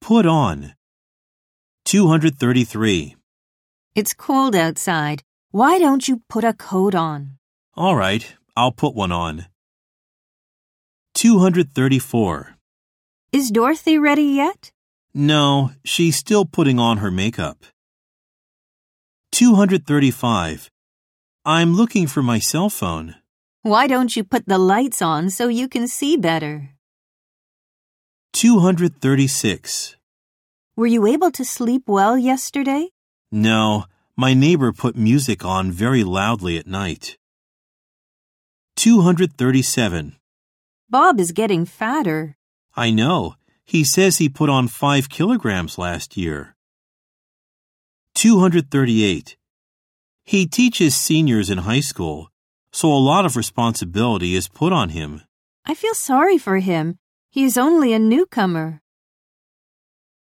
Put on. 233. It's cold outside. Why don't you put a coat on? All right, I'll put one on. 234. Is Dorothy ready yet? No, she's still putting on her makeup. 235. I'm looking for my cell phone. Why don't you put the lights on so you can see better? 236. Were you able to sleep well yesterday? No, my neighbor put music on very loudly at night. 237. Bob is getting fatter. I know. He says he put on five kilograms last year. 238. He teaches seniors in high school, so a lot of responsibility is put on him. I feel sorry for him. He is only a newcomer.